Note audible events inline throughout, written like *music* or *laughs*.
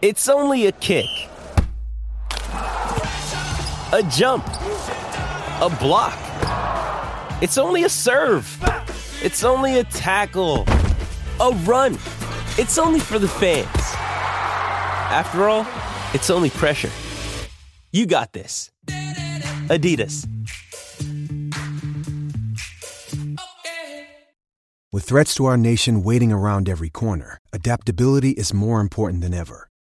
It's only a kick, a jump, a block. It's only a serve. It's only a tackle, a run. It's only for the fans. After all, it's only pressure. You got this. Adidas. With threats to our nation waiting around every corner, adaptability is more important than ever.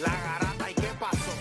La garata, ¿y qué pasó?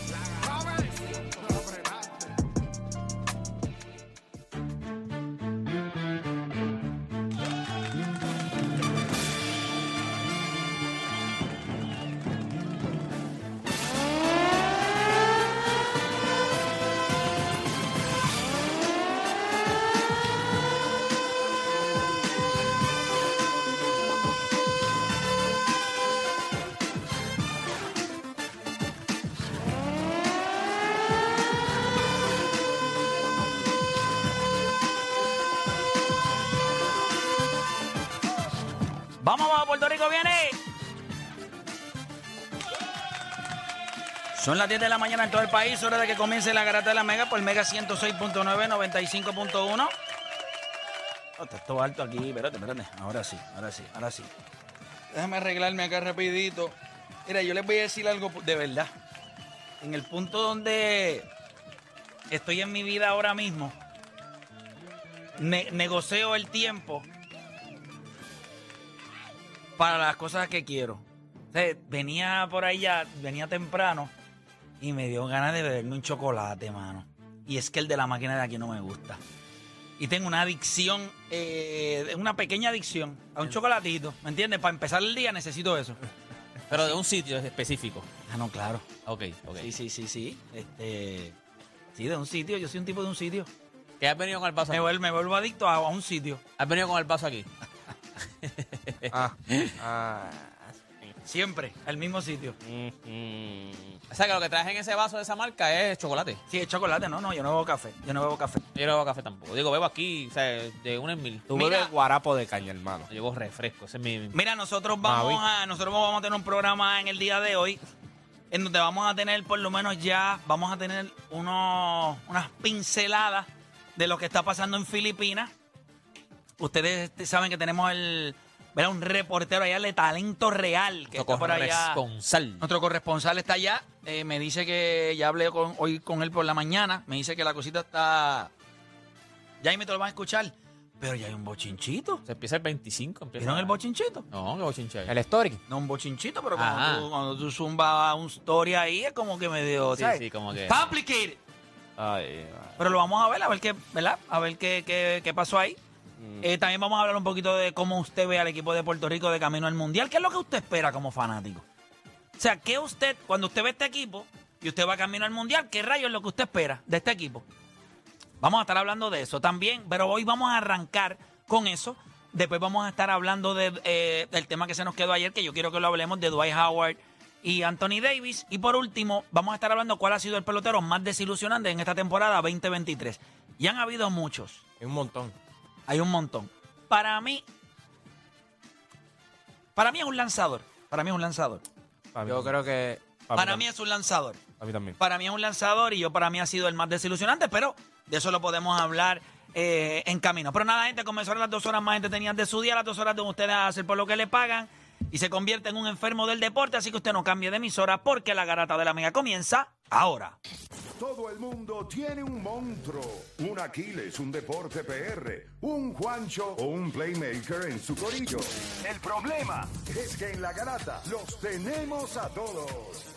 Vamos, vamos, Puerto Rico viene. Son las 10 de la mañana en todo el país, hora de que comience la garata de la Mega por Mega 106.9, 95.1. Oh, está todo alto aquí, espérate, espérate. Ahora sí, ahora sí, ahora sí. Déjame arreglarme acá rapidito. Mira, yo les voy a decir algo de verdad. En el punto donde estoy en mi vida ahora mismo, ne- negocio el tiempo para las cosas que quiero. O sea, venía por ahí ya, venía temprano y me dio ganas de beberme un chocolate, mano. Y es que el de la máquina de aquí no me gusta. Y tengo una adicción, eh, una pequeña adicción a un chocolatito, ¿me entiendes? Para empezar el día necesito eso. Pero de un sitio específico. Ah, no, claro. Ok, ok. Sí, sí, sí, sí. Este, sí, de un sitio, yo soy un tipo de un sitio. ¿Qué has venido con el vaso Me aquí? vuelvo, me vuelvo adicto a, a un sitio. ¿Has venido con el vaso aquí? Siempre, al mismo sitio. O sea, que lo que traes en ese vaso de esa marca es chocolate. Sí, es chocolate, no, no, yo no bebo café. Yo no bebo café. Yo no bebo café tampoco. Digo, bebo aquí, o sea, de un en mil. Tú Mira. bebes guarapo de caña, hermano. Yo Llevo refresco, ese es mi... mi- Mira, nosotros vamos Mavi. a, nosotros vamos a tener un programa en el día de hoy en donde vamos a tener por lo menos ya, vamos a tener unos, unas pinceladas de lo que está pasando en Filipinas. Ustedes este, saben que tenemos el, ¿verdad? un reportero allá de talento real que está por allá. corresponsal. Nuestro corresponsal está allá. eh, me dice que ya hablé con, hoy con él por la mañana. Me dice que la cosita está. Ya ahí me te lo van a escuchar. Pero ya hay un bochinchito. Se empieza el 25. Empieza ¿Vieron el bochinchito? No, qué bochinche hay. El story. No, un bochinchito, pero cuando Ajá. tú, cuando tú zumbas un story ahí, es como que medio, Sí, ¿sabes? sí, como que- Complicated. Pero lo vamos a ver, a ver qué, ¿verdad? A ver qué, qué, qué pasó ahí. Eh, también vamos a hablar un poquito de cómo usted ve al equipo de Puerto Rico de camino al Mundial. ¿Qué es lo que usted espera como fanático? O sea, ¿qué usted, cuando usted ve este equipo y usted va camino al Mundial, qué rayos es lo que usted espera de este equipo? Vamos a estar hablando de eso también, pero hoy vamos a arrancar con eso. Después vamos a estar hablando de, eh, del tema que se nos quedó ayer, que yo quiero que lo hablemos de Dwight Howard y Anthony Davis. Y por último, vamos a estar hablando cuál ha sido el pelotero más desilusionante en esta temporada 2023. Y han habido muchos. Es un montón. Hay un montón. Para mí, para mí es un lanzador. Para mí es un lanzador. Yo creo que. Para mí es un lanzador. A mí también. Para mí es un lanzador y yo para mí ha sido el más desilusionante, pero de eso lo podemos hablar eh, en camino. Pero nada, gente, comenzaron las dos horas más entretenidas de su día, las dos horas de ustedes a hacer por lo que le pagan y se convierte en un enfermo del deporte, así que usted no cambie de emisora porque la garata de la mega comienza ahora. Todo el mundo tiene un monstruo, un Aquiles, un deporte PR, un Juancho o un playmaker en su corillo. El problema es que en la garata los tenemos a todos.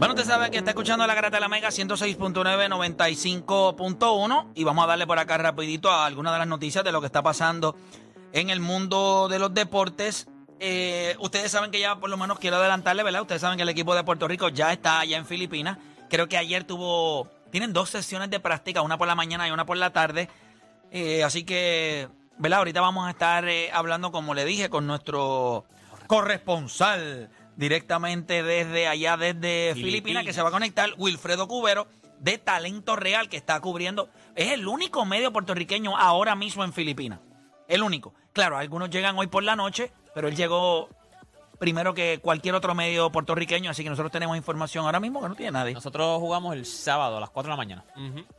Bueno, usted sabe que está escuchando la Grata de la Mega 106.9, 95.1 y vamos a darle por acá rapidito a algunas de las noticias de lo que está pasando en el mundo de los deportes. Eh, ustedes saben que ya por lo menos quiero adelantarle, ¿verdad? Ustedes saben que el equipo de Puerto Rico ya está allá en Filipinas. Creo que ayer tuvo... Tienen dos sesiones de práctica, una por la mañana y una por la tarde. Eh, así que, ¿verdad? Ahorita vamos a estar eh, hablando, como le dije, con nuestro corresponsal directamente desde allá, desde Filipinas, que se va a conectar, Wilfredo Cubero, de Talento Real, que está cubriendo. Es el único medio puertorriqueño ahora mismo en Filipinas. El único. Claro, algunos llegan hoy por la noche, pero él llegó primero que cualquier otro medio puertorriqueño, así que nosotros tenemos información ahora mismo que no tiene nadie. Nosotros jugamos el sábado a las 4 de la mañana.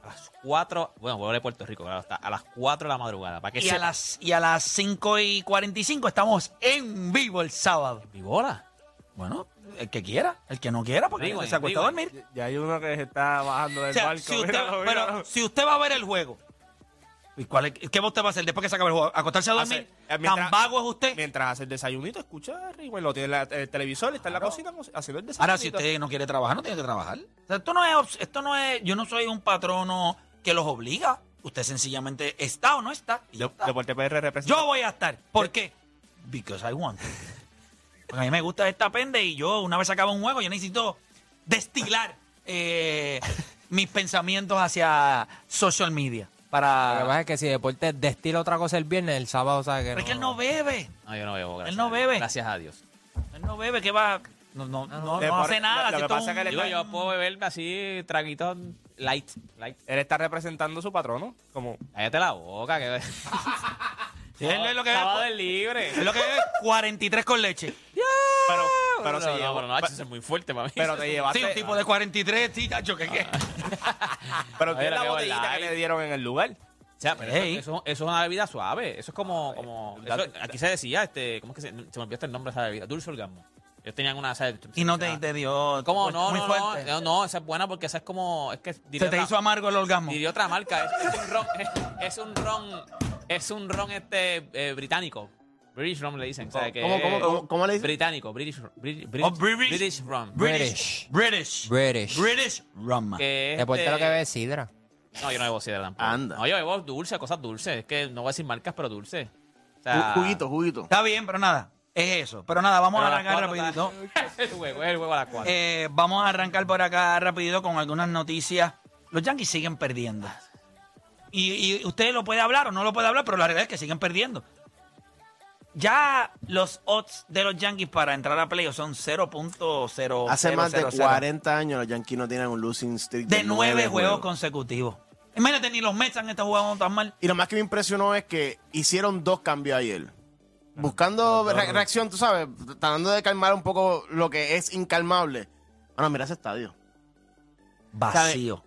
A las 4. Bueno, vuelvo de Puerto Rico, claro está. A las 4 de la madrugada. Para que Y a, sepa. las, y a las 5 y 45 estamos en vivo el sábado. Vibola. Bueno, el que quiera, el que no quiera, porque Rewind, se acuesta a dormir. Ya hay uno que se está bajando del O sea, barco. si usted, míralo, pero míralo. si usted va a ver el juego, ¿y cuál es- ¿qué usted va a hacer después que se acabe el juego? ¿Acostarse a dormir? Hace- eh, mientras- ¿Tan vago es usted? Mientras hace el desayunito, escucha y bueno, tiene la- el televisor, está en la cocina co- haciendo el desayunito. Ahora, si usted no quiere trabajar, no tiene que trabajar. O sea, esto, no es, obs- esto no es. Yo no soy un patrono que los obliga. Usted sencillamente está o no está. y ya De- está. Deporte PR representa. Yo voy a estar. ¿Por qué? Because I want. to. Porque a mí me gusta esta pende y yo, una vez acaba un juego, yo necesito destilar eh, mis pensamientos hacia social media. Lo que Para. pasa es que si deporte destila otra cosa el viernes, el sábado sabe que Pero no. es que él no bebe. No, yo no bebo. gracias Él no a Dios. bebe. Gracias a Dios. Él no bebe, que va. No, no, no, no Depor- hace lo- nada. lo si que esto es pasa es que un- él Digo, yo puedo beberme así traguitos light. Light. Él está representando a su patrono. Como, Cállate la boca. Que... *laughs* Sí, él es lo que Sábado bebe. es libre. Es lo que bebe 43 con leche. pero, Pero Ah, pero se no, llevó- pero no, pe- eso es muy fuerte para mí. pero te llevaste. Sí, un tipo de 43, sí, chacho, que qué. Pero Oye, tiene la la que botellita bailar. que le dieron en el lugar. *laughs* O sea, pero Ey. eso, eso- eso es una bebida suave. Eso es como. como eso- aquí se decía, este, ¿cómo es que se, se me olvidó hasta el nombre de esa bebida? Dulce orgasmo. Ellos tenían una. ¿sabes? Y no te, te dio. pues, ¿Cómo? No, muy no, no, fuerte. no, no, esa es buena porque esa es como. Es que diría Se te otra- hizo amargo el orgasmo. diría otra marca. Es, es un ron. Es, es un ron. Es un ron este eh, británico. British rum le dicen. o Oh, sea, que ¿Cómo- cómo- cómo- cómo le dicen? Británico, British, ru- British, Oh, British. British rum. British. British. British. British rum. Que es, Deporte este- Eh, lo que ve es sidra. No, yo no bebo sidra tampoco. Anda. No, yo bebo dulce, cosas dulces. Es que no voy a decir marcas, pero dulce. O sea, Ju- Juguito, juguito. Está bien, pero nada. Es eso. Pero nada, vamos Pero a a las arrancar cuatro rapidito. *laughs* el juego, el juego a las 4. Eh, vamos a arrancar por acá rapidito con algunas noticias. Los Yankees siguen perdiendo. Y, y usted lo puede hablar o no lo puede hablar, pero la realidad es que siguen perdiendo. Ya los odds de los Yankees para entrar a playoff son 0.0. Hace más de 40 años los Yankees no tienen un losing streak De nueve juegos consecutivos. Imagínate, ni los Mets han estado jugando tan mal. Y lo más que me impresionó es que hicieron dos cambios ayer. Ah, Buscando re- reacción, tú sabes, tratando de calmar un poco lo que es incalmable. Bueno, mira ese estadio. Vacío.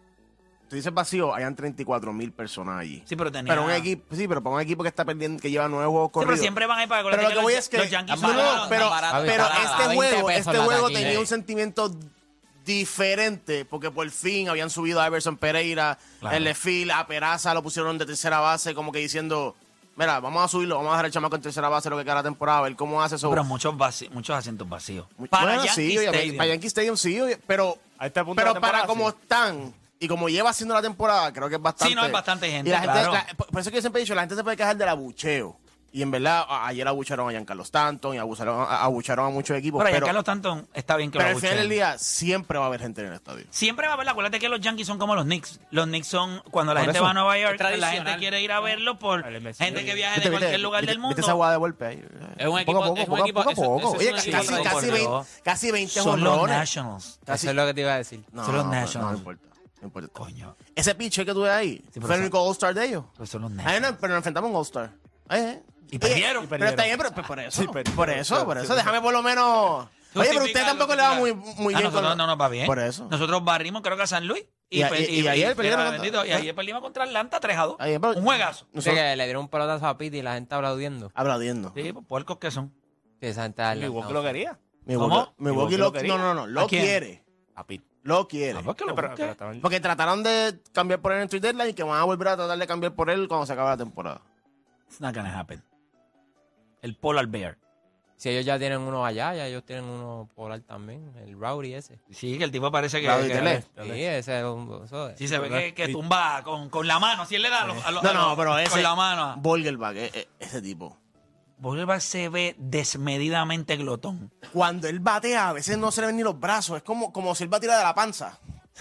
Tú dices vacío, hayan 34 mil personas allí. Sí, pero tenía... Pero un equipo, sí, pero para un equipo que está perdiendo, que lleva nueve juegos Sí, pero corridos. siempre van a ir para Pero lo que los- voy es que. los Yankees no, son no, malos. pero, barato, pero barato, este 20 juego, pesos este la juego taquilla. tenía un sentimiento diferente porque por fin habían subido a Everson Pereira, el Lefil, a Peraza, lo pusieron de tercera base, como que diciendo. Mira, vamos a subirlo, vamos a dejar el chamaco en tercera base lo que queda la temporada, a ver cómo hace eso. Pero muchos, vaci- muchos asientos vacíos. Muy- Para bueno, Yankee sí, obviamente, Stadium. para Yankee Stadium sí, obvia- pero, A este punto de pero la para temporada, como sí. están y como lleva haciendo la temporada, creo que es bastante. Sí, no, es bastante gente, Y la claro. la- por por eso que yo siempre he dicho, la gente se puede quejar del abucheo. Y en verdad, a- ayer abucharon a Giancarlo Stanton y abusaron, a- abucharon a muchos equipos. Pero, Pero, Giancarlo Stanton está bien que pero lo al final abucheen. del día siempre va a haber gente en el estadio. Siempre va a haber, acuérdate que los Yankees son como los Knicks. Los Knicks son, cuando la Por gente eso. va a Nueva York, la tradicional. gente quiere ir a verlo por Al MSG. gente que viaja ¿Viste- de viste- cualquier lugar viste- del ¿Viste mundo. esa jugada de golpe ahí? Es un equipo- Poco a poco, es un poco a equipo- poco. a eso- eso poco. es Oye, un casi, equipo casi, tradicional. 20, casi 20 son los jonrones. Nationals. Casi- Eso es lo que te iba a decir. No, son los no, Nationals. No importa. No importa. Coño, Ese pitcher que tuve ahí pero fue el son- único All-Star de ellos. pues son los Ay, Nationals. no, pero nos enfrentamos a un All-Star. Ay, ay. Y perdieron. Y Pero está bien, perdieron. pero, pero por eso. Sí, perdieron. por eso, por Sí, eso. sí. déjame por lo menos. Oye, pero usted Justifica tampoco lo le va que muy, tú muy A bien. con nosotros la- Ah, no nos va bien. Por eso. Nosotros barrimos, creo que a San Luis. Y, Y a- pe- y- y ayer y- perdieron era contra- ¿Eh? bendito, y ayer perdimos contra Atlanta 3 a 2. Ayer, pero- Un juegazo. Dice Nosotros que le dieron un pelotazo a Pete y la gente aplaudiendo. aplaudiendo. Sí, pues, puercos que son. Que esa gente de Mi Atlanta, Milwaukee lo quería. Mi ¿Cómo? Milwaukee- Milwaukee lo, lo quería. no, no, no, ¿A lo quién? quiere. A Pete. Lo quiere. Ah, pues que lo Pero- busque. pero estaban- Porque trataron de cambiar por él en Twitter y que van a volver a tratar de cambiar por él cuando se acabe la temporada. It's not gonna happen. El Polar Bear. Si ellos ya tienen uno allá, ya ellos tienen uno polar también. El Rowdy ese. Sí, que el tipo parece que... Claudio que- Tele. Sí, ese es un. eso es. Sí, se ve que, que tumba con, con la mano. Si él le da a los... a los- No, a los- no, pero ese- Con la mano. Volgerback, eh, eh, ese tipo. Bolívar se ve desmedidamente glotón. Cuando él batea, a veces no se le ven ni los brazos. Es como, como si él batiera de la panza.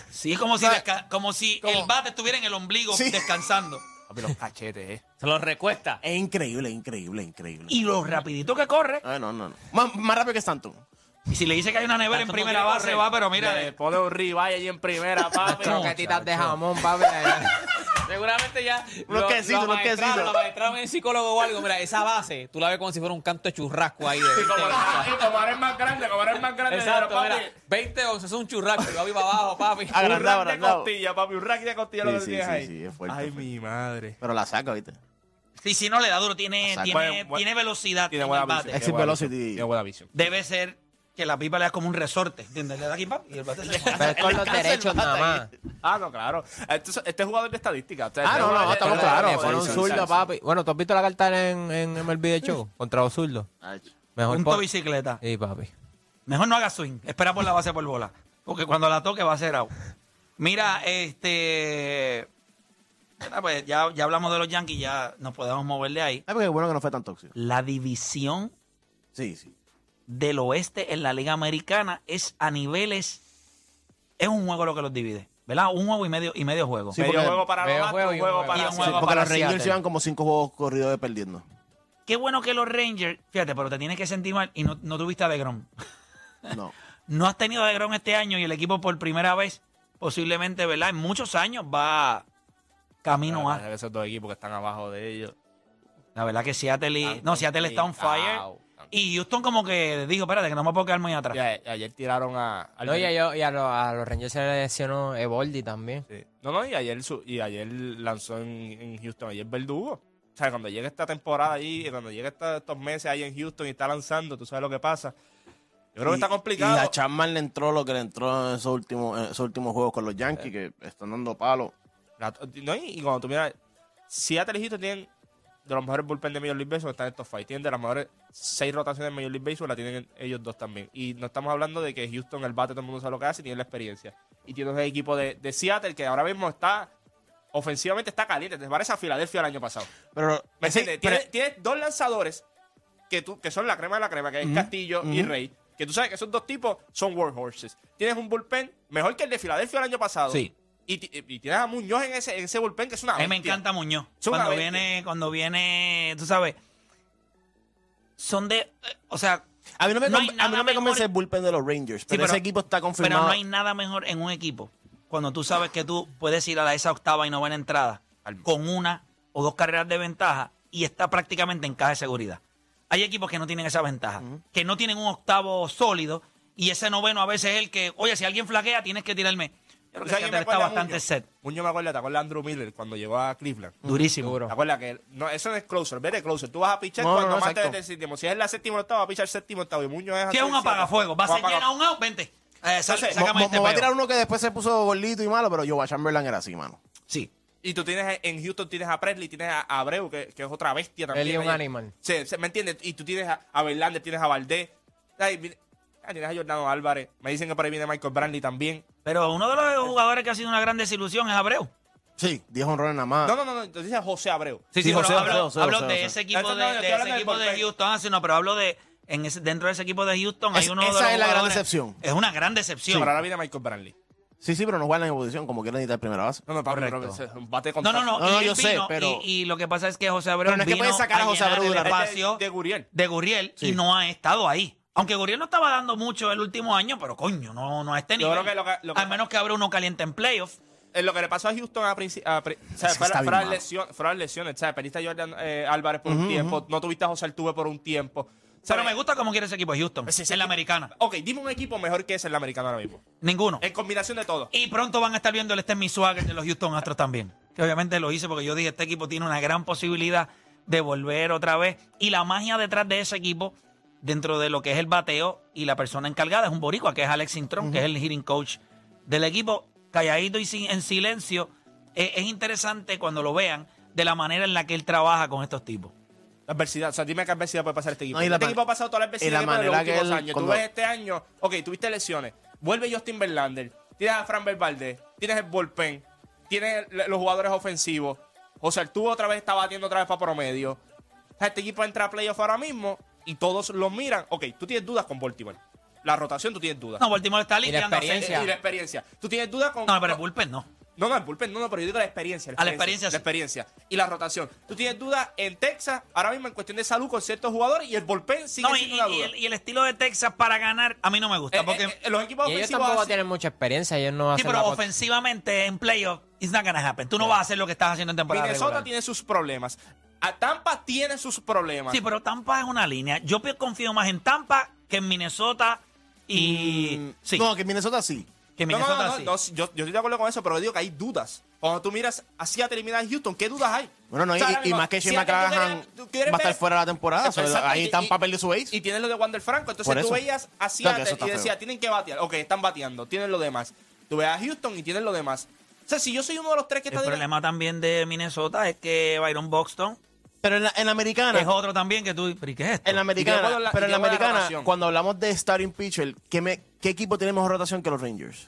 Sí, es como si, O sea, desca- como si como- el bate estuviera en el ombligo Sí. descansando. Papi, los cachetes, eh. Se los recuesta. Es increíble, increíble, increíble. Y lo rapidito que corre. Ay, no, no, no. Más, más rápido que Stanton. Y si le dice que hay una nevera en Tanto no primera quiere base, correr. va, pero mira... Le pone un ribeye allí en *laughs* primera, papi. No, Croquetitas de chacho. jamón, papi. Seguramente ya. Unos lo- quesitos, lo unos amaestraron, quesitos. lo amaestraron en el psicólogo o algo. Mira, esa base, tú la ves como si fuera un canto de churrasco ahí. De, como eres más grande, como eres más grande, Exacto, mira. 20 onzas es un churrasco. Y va para abajo, papi. *laughs* Agrandado, rack de agrandado. costilla, papi, un rack de costilla Sí, lo que sí, tienes sí, ahí. sí, es fuerte, Ay, fuerte. mi madre. Pero la saca, ¿viste? Sí, sí, no le da duro. Tiene, Exacto. tiene, Bueno, bueno. tiene velocidad. Tiene en buena el bate. visión. Exit Tiene buena velocity. visión, Tiene buena visión. Debe ser que la pipa le da como un resorte. ¿Entiendes? Le da aquí, pap, y el bate se Pero es con los derechos nada más. Ah, no, claro. Entonces, este es jugador de estadística. o sea, Ah, este no, no, jugador de- estamos de- claros. de- de- Fue Fueron un sí, sí, zurdo, sí. papi. Bueno, ¿tú has visto la carta en, en MLB de show? Contra los zurdos. Mejor Punto pa- bicicleta. Sí, papi. Mejor no haga swing. Espera por la base por bola. Porque cuando la toque va a ser out. Mira, este. Ah, Pues ya, ya hablamos de los Yankees, ya nos podemos mover de ahí. Ay, Ah, porque bueno que no fue tan tóxico. La división Sí, sí. del oeste en la Liga Americana es a niveles. Es un juego lo que los divide, ¿verdad? Un juego y medio, y medio juego. Sí, Medio porque- juego para los medio Astros, juego y un un juego juego. para Y un los juego Vamos porque para los Rangers Seattle. llevan como cinco juegos corridos de perdiendo. Qué bueno que los Rangers. Fíjate, pero te tienes que sentir mal y no, no tuviste a DeGrom. *laughs* No. no has tenido a DeGrom este año y el equipo por primera vez, posiblemente, ¿verdad? En muchos años va camino a. Esos dos equipos que están abajo de ellos. La verdad que Seattle y- No, Seattle está on fire. Au, au. Y Houston como que dijo, espérate, que no me puedo quedar muy Y atrás. a- ayer tiraron a. al- No, y, a ellos- y a, los, a los Rangers se les lesionó Evoldi también. Sí. No, no, y ayer, su- y ayer lanzó en, en Houston, ayer Verdugo. O sea, cuando llega esta temporada ahí, cuando llega esta- estos meses ahí en Houston y está lanzando, tú sabes lo que pasa. Yo creo que está complicado. Y a Chapman le entró lo que le entró en esos últimos, en esos últimos juegos con los Yankees, que están dando palo. La- no, y, y cuando tú miras, Seattle y Houston tienen de los mejores bullpen de Major League Baseball, están estos fights. Tienen de las mejores seis rotaciones de Major League Baseball, la tienen ellos dos también. Y no estamos hablando de que Houston, el bate, todo el mundo sabe lo que hace y tiene la experiencia. Y tienes el equipo de, de Seattle que ahora mismo está, ofensivamente está caliente. Te parece a Filadelfia el año pasado. Pero, ¿Me sí, entiendes? pero- Tienes, tienes dos lanzadores que, tú, que son la crema de la crema, que es Castillo y ujú. Rey. Que tú sabes que esos dos tipos son workhorses. Tienes un bullpen mejor que el de Filadelfia el año pasado. Sí. Y, ti- y tienes a Muñoz en ese, en ese bullpen que es una A mí me bestia. encanta Muñoz. Es una Cuando bestia. viene, cuando viene, tú sabes, son de, eh, o sea, a mí no me, No hay conven- a mí nada no me convence mejor- el bullpen de los Rangers, pero, pero- ese equipo está pero confirmado. no hay nada mejor en un equipo cuando tú sabes que tú puedes ir a la- esa octava y novena entrada con una o dos carreras de ventaja y está prácticamente en caja de seguridad. Hay equipos que no tienen esa ventaja, que no tienen un octavo sólido y ese noveno a veces es el que, oye, si alguien flaquea, tienes que tirarme. Yo creo ¿Tú que sabes quién me Seattle está acuerda a bastante Muñoz? set. Muñoz me acuerda, ¿te acuerdas de Andrew Miller cuando llegó a Cleveland? Durísimo. Duro. ¿Te acuerdas que no, eso no es closer, vete closer? Tú vas a pichar No, no, cuando no, mates exacto. el séptimo. Si es la séptima octava, vas a pichar séptimo octavo. Y Muñoz Ah, es Si es un apagafuego, va a ser apaga- llena un out, vente. Eh, sal- Entonces, Mo- sácame mo- este me va a peo. tirar uno que después se puso gordito y malo, pero yo Chamberlain era así, mano. Sí. Y tú tienes en Houston tienes a Presley, tienes a Abreu, que, que es otra bestia también. Él es un ahí. animal. Sí, sí, ¿Me entiendes? Y tú tienes a, a Verlander, tienes a Valdés. Ay, mira, ah, tienes a Jordano Álvarez. Me dicen que por ahí viene Michael Brantley también. Pero uno de los jugadores que ha sido una gran desilusión es Abreu. Sí, 10 honrones nada más. No, no, no, no. Entonces es José Abreu. Sí, sí, Sí, pero José, hablo, José, hablo José, de José. ese equipo Eso no, de, yo estoy de ese hablando del equipo de bullpen. Houston. Ah, sí, no, pero hablo de en ese- dentro de ese equipo de Houston hay Es- uno de esa los es la gran jugadores- decepción. Es una gran decepción. Pero ahora viene Michael Brantley. Sí, sí, pero no juegan en posición como quieren necesitar primera base. No, no, papi, Correcto. pero ese es un bate No, contra. no, no. No, no, y él yo sé, vino, pero- y, y lo que pasa es que José Abreu Pero no es que vino puedes sacar a José llenar Abreu el de la- Es de- espacio De Guriel. de Gurriel y no ha estado ahí. Aunque Gurriel no estaba dando mucho el último año, pero coño, no, no a este Yo nivel. creo que lo que- lo que- Al menos que Abreu no caliente en playoff. Eh, lo que le pasó a Houston a princi- a pri- o sea, que fuera- está bien fuera las malo. lesiones, fuera las lesiones, ¿sabes? Perdiste a Jordan eh, Álvarez por un tiempo, no tuviste a José Altuve por un tiempo. O sea, Pero me gusta cómo quiere ese equipo de Houston. Ese- en ese la equipo- americana. Ok, dime un equipo mejor que ese en la americana ahora mismo. Ninguno. En combinación de todo. Y pronto van a estar viendo el Stemmy Swagger de los Houston Astros también. Que obviamente lo hice porque yo dije, este equipo tiene una gran posibilidad de volver otra vez. Y la magia detrás de ese equipo, dentro de lo que es el bateo y la persona encargada, es un boricua, que es Alex Intron, que es el hitting coach del equipo, calladito y sin, en silencio. Eh, es interesante cuando lo vean de la manera en la que él trabaja con estos tipos. La adversidad, o sea, dime qué adversidad puede pasar este equipo. No, y la este man- equipo ha pasado todas las y la adversidades de los manera que últimos él- años. cuando- Tú ves este año, ok, tuviste lesiones, vuelve Justin Verlander, tienes a Fran Valdez, tienes el bullpen, tienes el- los jugadores ofensivos, José Arturo otra vez está batiendo otra vez para promedio. O sea, Este equipo entra a playoff ahora mismo y todos los miran. Ok, tú tienes dudas con Baltimore. La rotación tú tienes dudas. No, Baltimore está la limpiando. eh, experiencia. Eh, eh, y la experiencia. Tú tienes dudas con... No, pero el bullpen no. No, no, el bullpen, no, no, pero yo digo la experiencia. Ah, la experiencia, La experiencia. Y la rotación. Tú tienes dudas en Texas, ahora mismo en cuestión de salud con ciertos jugadores y el bullpen sigue No, y, siendo una y- y duda. el, y el estilo de Texas para ganar, a mí no me gusta. Eh, porque eh, eh, los equipos Y ellos ofensivos tampoco hacen- tienen mucha experiencia. Ellos no Sí, hacen pero la pot- ofensivamente en playoff, it's not gonna happen. Tú no vas a hacer lo que estás haciendo en temporada Minnesota regular. tiene sus problemas. A Tampa tiene sus problemas. Sí, pero Tampa es una línea. Yo pe- confío más en Tampa que en Minnesota y... sí, No, que Minnesota sí. que en Mm, no, no, Minnesota no, no, sí. no, yo, yo estoy de acuerdo con eso, pero digo que hay dudas. Cuando tú miras hacia terminar Houston, ¿qué dudas hay? Bueno, no, y, O sea, ahora y mismo, más que Shane si antes tú McClanahan querías- tú quieres va a estar ver- fuera de la temporada. o sea, Exacto, ahí y- Tampa y- perdió su base. Y tienes lo de Wander Franco. Entonces Por tú eso. veías a sea, que Seattle eso está y decías, feo. tienen que batear. Ok, están bateando, tienen lo demás. Tú ves a Houston y tienen lo demás. O sea, si yo soy uno de los tres que El está directo- problema también de Minnesota es que Byron Buxton Pero en la, en la americana. es otro también que tú... ¿Pero y qué es esto? En la Y te americana. acuerdo la- y pero en te la acuerdo la americana, rotación. cuando hablamos de starting pitcher, ¿qué, me- qué equipo tiene mejor rotación que los Rangers?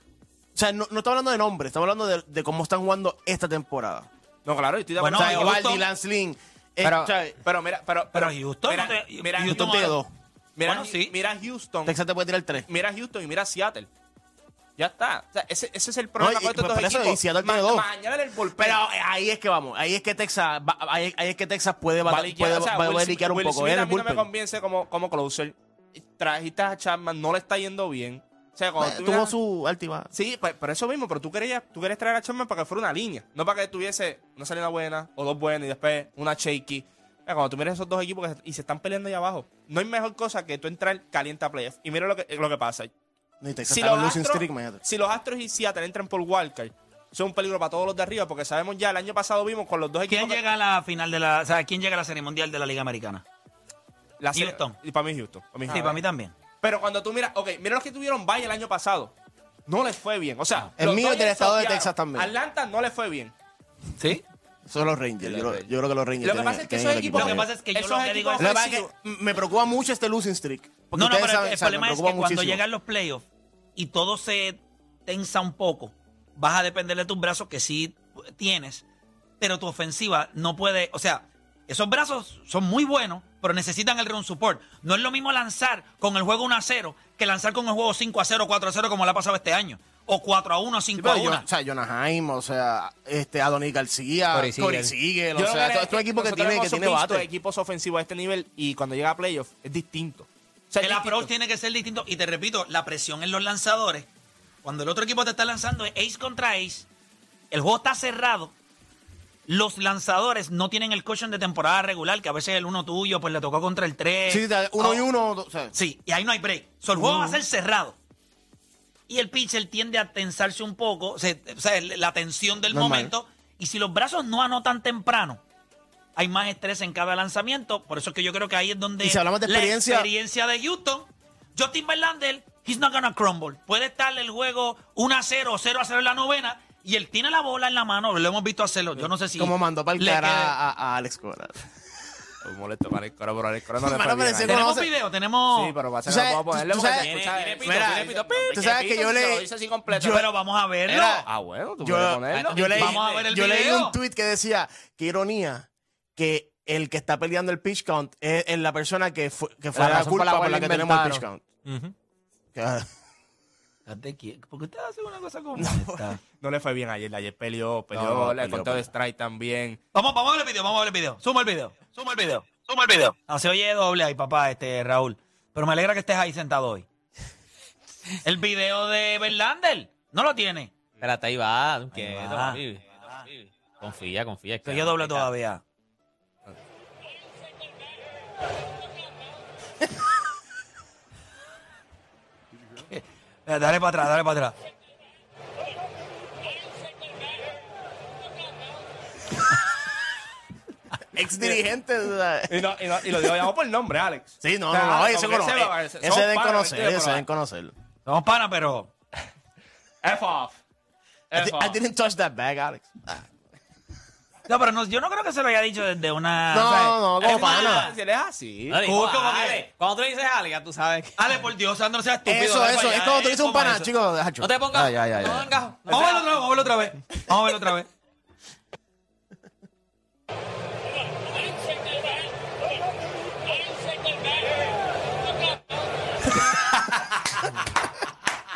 O sea, no, no estamos hablando de nombres, estamos hablando de, de cómo están jugando esta temporada. No, claro, yo estoy de Bueno, acuerdo. o sea, y Evaldi, Houston- Lance Lynn. eh, Pero- o sea, pero mira, pero, Pero Houston mira, no te- mira Houston Houston, tiene dos. mira, Bueno, sí. mira Houston, Texas te puede tirar tres. mira Houston y mira Seattle. Ya está. O sea, ese, ese es el problema No, y- con estos pero dos por eso, equipos. y Seattle Ma- tiene dos. Mañana en el bullpen. Pero ahí es que vamos, ahí es que Texas, va- ahí, ahí es que Texas puede, bata- Baliquear, puede, o sea, puede Will Smith- baliquear un Will poco. Smith Él pues, a el mí no me bullpen. convence como, como closer. Trajiste a Chapman, no le está yendo bien. O sea, cuando Eh, tú Tuvo miras- su altiva. Sí, pues, por eso mismo, pero tú querías, tú querías traer a Chapman para que fuera una línea, no para que tuviese una salida buena o dos buenas y después una shaky. Mira, Cuando tú miras esos dos equipos que se- y se están peleando ahí abajo, no hay mejor cosa que tú entrar caliente a playoff. Y mira lo que, lo que pasa. No, y Texas Si está los, con losing Astros, streak, imagínate. si los Astros y Seattle entran por Wildcard, son un peligro para todos los de arriba, porque sabemos ya, el año pasado vimos con los dos equipos. ¿Quién que- llega a la final de la... O sea, ¿quién llega a la Serie Mundial de la Liga Americana? la se- Houston. Y para mí Houston. para mí sí, Houston. para mí también. Pero cuando tú miras, ok, mira los que tuvieron Bay el año pasado. No les fue bien. O sea, Ah. El los mío es del Dodgers estado de sopearon. Texas también. Atlanta no les fue bien. ¿Sí? Son los Rangers. Yo, creo- yo creo que los Rangers. Lo que tienen- pasa es que tienen esos el equipos. Lo que mejor. pasa es que yo esos lo que digo equipos Lo que pasa es ofensivos- que me preocupa mucho este losing streak. Porque No, no, ustedes pero el- saben- el, saben, problema me es que preocupa cuando muchísimo. llegan los playoffs y todo se tensa un poco, vas a depender de tus brazos que sí tienes, pero tu ofensiva no puede, o sea, esos brazos son muy buenos, pero necesitan el run support. No es lo mismo lanzar con el juego 1 a 0 que lanzar con el juego 5 a 0, 4 a 0 como le ha pasado este año, o 4 a 1, Sí, 5 a pero 1. yo- o sea, Jonaheim, o sea, este, Adonis García, Corey Seager. Corey Siegel, Yo o creo sea, que todo- es un equipo que nosotros tiene, que hemos tiene visto bate. equipos ofensivos a este nivel y cuando llega a playoff es distinto. O sea, es El approach distinto. tiene que ser distinto. Y te repito, la presión en los lanzadores. Cuando el otro equipo te está lanzando es ace contra ace, el juego está cerrado. Los lanzadores no tienen el cushion de temporada regular, que a veces el uno tuyo pues le tocó contra el tres. Sí, da- uno y uno, o sea, Oh. Sí, y ahí no hay break. So, el juego va a ser cerrado. Y el pitcher tiende a tensarse un poco, o sea, o sea, la tensión del Normal. momento. Y si los brazos no anotan temprano, hay más estrés en cada lanzamiento. Por eso es que yo creo que ahí es donde Y si hablamos de experiencia- la experiencia de Houston, Justin Verlander, he's not gonna crumble. Puede estar el juego 1 a 0, 0 a 0 en la novena Y él tiene la bola en la mano, lo hemos visto hacerlo. Yo no sé si. Como mandó para el le cara quede- a, a Alex Cora. Estoy molesto con Alex Cora, pero Alex Cora no *laughs* le Mano, fue bien pero ese a él. gol- Tenemos conoce- video, tenemos. Sí, pero pasa Tú que no sabes- puedo ponerle tú porque sabes- tiene, Escucha, tiene pito, mira, tiene pito. tú sabes que si yo te le- lo dice así completo. pero vamos a verlo. Era- ah, bueno, tú Yo- puedes ponerlo. Yo leí, Vamos a ver el yo leí video. un tweet que decía, qué ironía, que el que está peleando el pitch count es, es la persona que fue, que fue La la, razón por culpa la por cual la lo que tenemos el pitch inventaron. count. Ujú. Que- Date quie- ¿Por qué usted hace una cosa como esta? No le fue bien ayer. Ayer peleó, peleó, No, no, le peleó, contó de peleó. strike también. Vamos, vamos a ver el video, vamos a ver el video. Suma el video, suma el video, suma el video. No, Ah, se oye doble ahí, papá, este Raúl. Pero me alegra que estés ahí sentado hoy. El video de Verlander. No lo tiene. Espérate, ahí va. tú Ahí Quieto, va. papi. Papi. Confía, confía. Que yo doble todavía. Eh, *laughs* Dale para atrás, dale para atrás. Ex dirigente. Y, no, y, no, y lo digo llamó por nombre, Alex. sí, no, O Eh, sea, no, no, como ese que conoce. va- Ese son deben panas, conocer, ¿entiendes? ese Pero deben conocer. Somos panas, pero. F off. I, F di- I off. didn't touch that bag, Alex. No, pero no- yo no creo que se lo haya dicho desde una. No, o sea, no, como es una- pana. Si él es así. Tú como que- Cuando tú le dices a alguien, ya tú sabes que... Ale, por Dios, Sandro, seas estúpido. Eso, dale eso, para es allá, como tú dices un como pana, eso. chicos. ah, No te pongas... Ah, ya, ya, No ya. pongas... no Vamos a pongas- verlo otra vez, vamos a verlo otra vez. Vamos a verlo otra vez.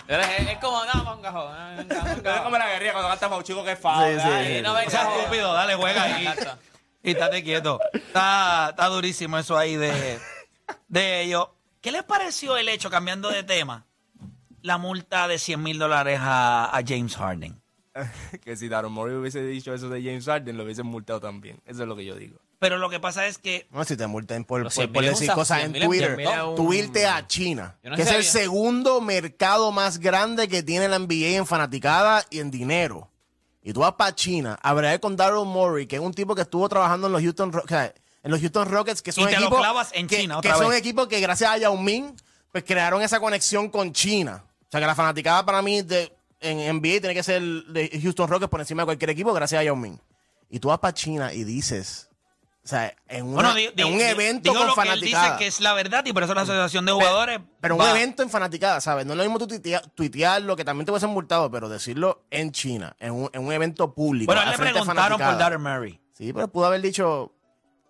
Es, es como... No, pongas... jo, No No *laughs* es pongas... como la guerrilla cuando cantamos un chico que es foul. Sí, sí, ¿verdad? sí. Y No no- vengas... O sea, jo. estúpido, dale, juega ahí. Exacto. Y estate quieto. Está, está durísimo eso ahí de, de ellos. ¿Qué les pareció el hecho, cambiando de tema, la multa de 100 mil dólares a, a James Harden? que si Daron Morey hubiese dicho eso de James Harden, lo hubiesen multado también. Eso es lo que yo digo. Pero lo que pasa es que No, si te multan por, Los por- 100.000 por es un decir sa- cosas en 100.000 es un Twitter, millón. tú irte a China, Yo no que es el sabía. segundo mercado más grande que tiene la NBA en fanaticada y en dinero. Y tú vas para China a ver con Daryl Morey, que es un tipo que estuvo trabajando en los Houston, Ro- o sea, en los Houston Rockets, que son te lo equipos clavas en que, China que otra son vez. equipos que gracias a Yao Ming pues crearon esa conexión con China. O sea que la fanaticada para mí de, en NBA tiene que ser de Houston Rockets por encima de cualquier equipo gracias a Yao Ming. Y tú vas para China y dices, o sea, en, una- Bueno, di- en di- un di- evento digo con lo que él dice fanaticada. que es la verdad y por eso la asociación de jugadores. Pero un va- evento en fanaticada, ¿sabes? No es lo mismo tú tuitea- tuitearlo, que también te hubiesen multado, pero decirlo en China, en un, en un evento público. Bueno, a a él le frente a preguntaron por fanaticada. Darren Murray. Sí, pero pudo haber dicho,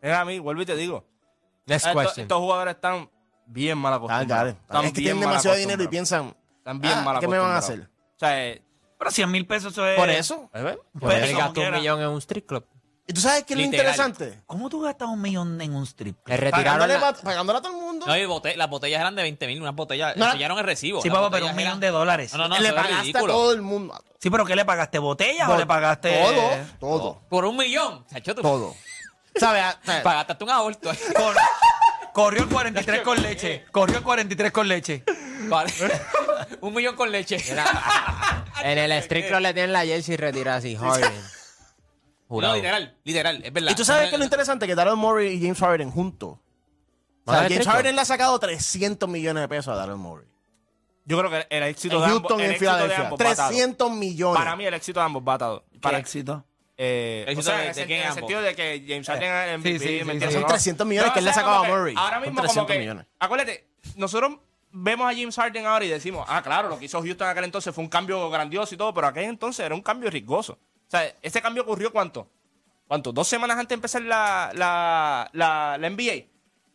Mira a mí, vuelvo y te digo. Ah, Next Estos, question. estos jugadores están bien mal ah, acostumbrados. Darren, Están es que bien tienen mal demasiado dinero y acostumbrados. piensan, Están bien ah, mal ¿qué me van a acostumbrados. hacer? O sea, eh, Pero 100 mil pesos eso es... Por eso. a ver, Yo Pues, me como gasto un quiera. millón en un strip club. ¿Y tú sabes qué es lo Literal. interesante? ¿Cómo tú gastas un millón en un strip? Me club? retiraron Pagándole, la- pa- pagándole a todo el mundo. No, y bote- las botellas eran de 20 mil, unas botellas. No, enseñaron el recibo. Sí, Las papá, pero botellas un millón eran- de dólares. No, no, no, le eso es pagaste a ridículo. todo el mundo. Sí, pero ¿qué le pagaste? ¿Botellas o le pagaste...? Todo, todo, Por un millón. Chacho, tú todo. ¿Sabes? Ah, ¿sabes? pagaste *laughs* un aborto. Cor- corrió el 43 con leche. Corrió el 43 con leche. *laughs* Vale. un millón con leche. *laughs* En el strip club le tienen la jersey retirada así, *laughs* Harden. no, Jurado. literal, literal, es verdad. Y tú sabes que lo No, interesante que Daryl Morey y James Harden juntos. O sea, Madre James trico. Harden le ha sacado 300 millones de pesos a Daryl Morey. yo creo que el éxito En de ambos, Houston el y en éxito de Filadelfia. ambos va atado. 300 millones. Para mí el éxito de ambos va atado. Para éxito? Eh, ¿El o éxito sea, de- en el de sen- quién en el ambos? Eh, sentido de que James Harden Sí, sí, sí, sí. Son 300 millones que él le ha sacado a Murray. Ahora Son mismo como 300 que, millones. acuérdate, nosotros vemos a James Harden ahora y decimos, ah, claro, lo que hizo Houston en aquel entonces fue un cambio grandioso y todo, pero aquel entonces era un cambio riesgoso. O sea, ese cambio ocurrió ¿cuánto? ¿Cuánto? Dos semanas antes de empezar la, la, la, la NBA.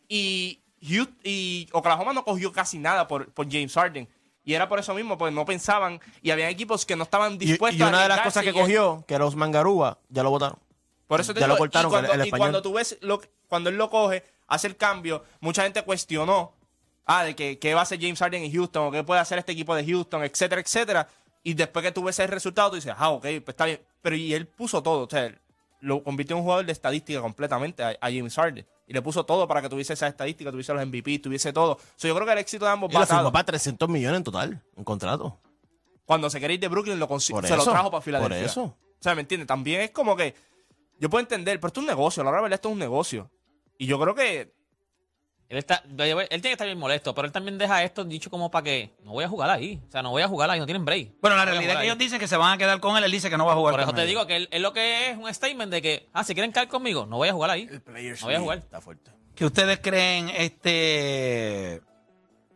Y, Houston, y Oklahoma no cogió casi nada por, por James Harden. Y era por eso mismo, pues no pensaban, y habían equipos que no estaban Y, dispuestos y una de las arriesgarse cosas que y- cogió, que era Osman Garúa, ya lo votaron. por eso te Ya lo digo, cortaron, y cuando, el- el y cuando español. tú ves, lo, que- cuando él lo coge, hace el cambio, mucha gente cuestionó, ah, de que qué va a hacer James Harden en Houston, o qué puede hacer este equipo de Houston, etcétera, etcétera. Y después que tú ves el resultado, tú dices, ah, ok, pues está bien. Pero y él puso todo, o sea, lo convirtió en un jugador de estadística completamente a, a James Harden. Y le puso todo para que tuviese esa estadística, tuviese los MVP, tuviese todo. So, yo creo que el éxito de ambos Y va lo firmó atado. para 300 millones en total, en contrato. Cuando se quería ir de Brooklyn, lo consi- Por se lo eso, trajo para Filadelfia. por eso. O sea, ¿me entiendes? También es como que. Yo puedo entender, pero esto es un negocio. A La hora de verdad, esto es un negocio. Y yo creo que Él, está, by the way, él tiene que estar bien molesto, pero él también deja esto dicho como para que no voy a jugar ahí. O sea, no voy a jugar ahí, no tienen break. Bueno, la No voy a realidad es jugar que ahí. ellos dicen que se van a quedar con él. Él dice que no va a jugar Por eso con te ellos. digo que él, él lo que es un statement de que, ah, si quieren caer conmigo, no voy a jugar ahí. Players No voy a League. jugar. Está fuerte. ¿Qué ustedes creen, este.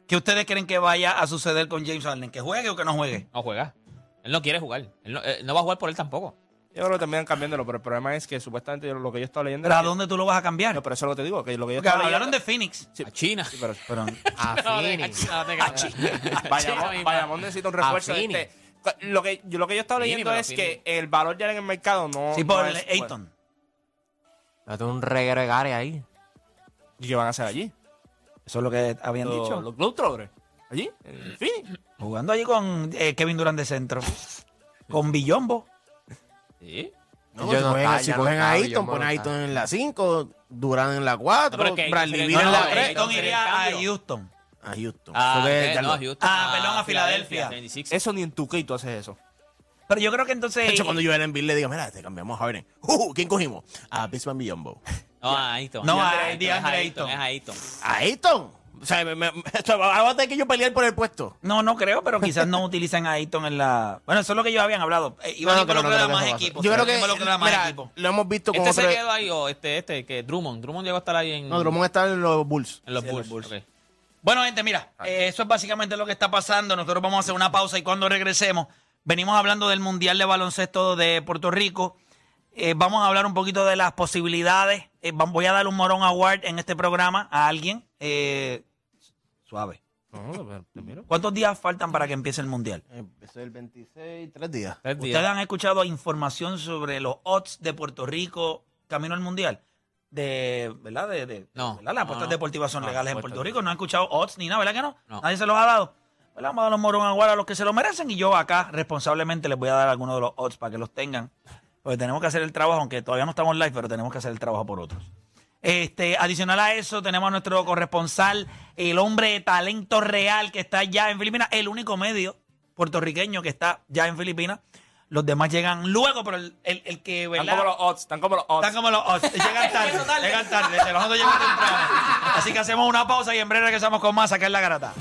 ¿Qué ustedes creen que vaya a suceder con James Harden? ¿Que juegue o que no juegue? No juega. Él no quiere jugar. Él no, eh, no va a jugar por él tampoco. Yo creo que terminan cambiándolo, pero el problema es que supuestamente yo- lo que yo estaba leyendo. ¿Pero a era que- dónde tú lo vas a No, cambiar? pero eso es lo que te digo, que lo que yo Porque estaba hablaron leyendo. de Phoenix. A *laughs* China. Sí, *laughs* pero- pues Pero A *laughs* No, de- Phoenix. *laughs* a China, no te creas. China Vayamón, misma. Vayamón necesita un refuerzo. A de Fini. este. Lo que, yo, lo que yo estaba Fini, leyendo pero es Fini. que el valor ya en el mercado no. sí, no por es- Ayton. Date un reguero de Gary ahí. ¿Y qué van a hacer allí? Eso es lo que habían dicho. Los Globetrotters. ¿Allí? En Fini. Jugando allí con eh, Kevin Durant de centro. con Billombo. Sí. No, Yo si no cogen, estaba, si ya no cogen a estaba, Ayton, yo no ponen a estaba. Ayton en la 5, Durán en la 4, No, pero es que Bradley Ayton Beal en No, sería- la no, 3. Ayton Ayton iría a cambio. Houston. A Houston. Ah, Eso que eh, ya no, lo- a Houston, Ah, a perdón, a Filadelfia. 76. Eso ni en tu tú haces eso. Pero yo creo que entonces. De hecho, cuando yo era en Bill le digo, mira, te cambiamos a Harden. Uh, ¿Quién cogimos? A Bisman Billombo. No, a Ayton. No, Es a Ayton, DeAndre es Ayton. Es Ayton. ¿A Ayton? O sea, me, *laughs* me- o sea, ahora tengo que yo pelear por el puesto. No, no creo, pero quizás *laughs* no utilizan a Ayton en la. Bueno, eso es lo que ellos habían hablado. Eh, iban a No, no, creo, no involucrar a creo que más eso pase. equipos. Yo Iban creo a que, involucrar a más mira, equipos. lo hemos visto con Este se otro... quedó ahí, o este, este, que Drummond. Drummond llegó a estar ahí en, No, Drummond está en los Bulls. en los Sí, en los Bulls. Bulls. ok. Bueno, gente, mira, eh, eso es básicamente lo que está pasando. Nosotros vamos a hacer una pausa y cuando regresemos, venimos hablando del Mundial de Baloncesto de Puerto Rico. Eh, vamos a hablar un poquito de las posibilidades. Eh, vam- voy a dar un Morón Award en este programa a alguien. Eh, suave. ¿Cuántos días faltan para que empiece el Mundial? Eh, Empezó el 26, tres días. Tres días. ¿Ustedes han escuchado información sobre los odds de Puerto Rico camino al Mundial? De, ¿verdad? De, de- No. ¿verdad? Las apuestas No, no. deportivas son No, legales en apuestas Puerto Rico. No han escuchado odds ni nada, ¿verdad que no? No. Nadie se los ha dado. Pues le vamos a dar los morón aguar a los que se lo merecen y yo acá responsablemente les voy a dar algunos de los odds para que los tengan. Porque tenemos que hacer el trabajo, aunque todavía no estamos live, pero tenemos que hacer el trabajo por otros. Este, adicional a eso, tenemos a nuestro corresponsal, el hombre de talento real que está ya en Filipinas, el único medio puertorriqueño que está ya en Filipinas. Los demás llegan luego, pero el, el- el que, Están ¿verdad? como los odds, están como los odds. Están como los odds. Llegan tarde, llegan tarde. Nosotros llegamos temprano. Así que hacemos una pausa y en breve regresamos con más acá en la garata.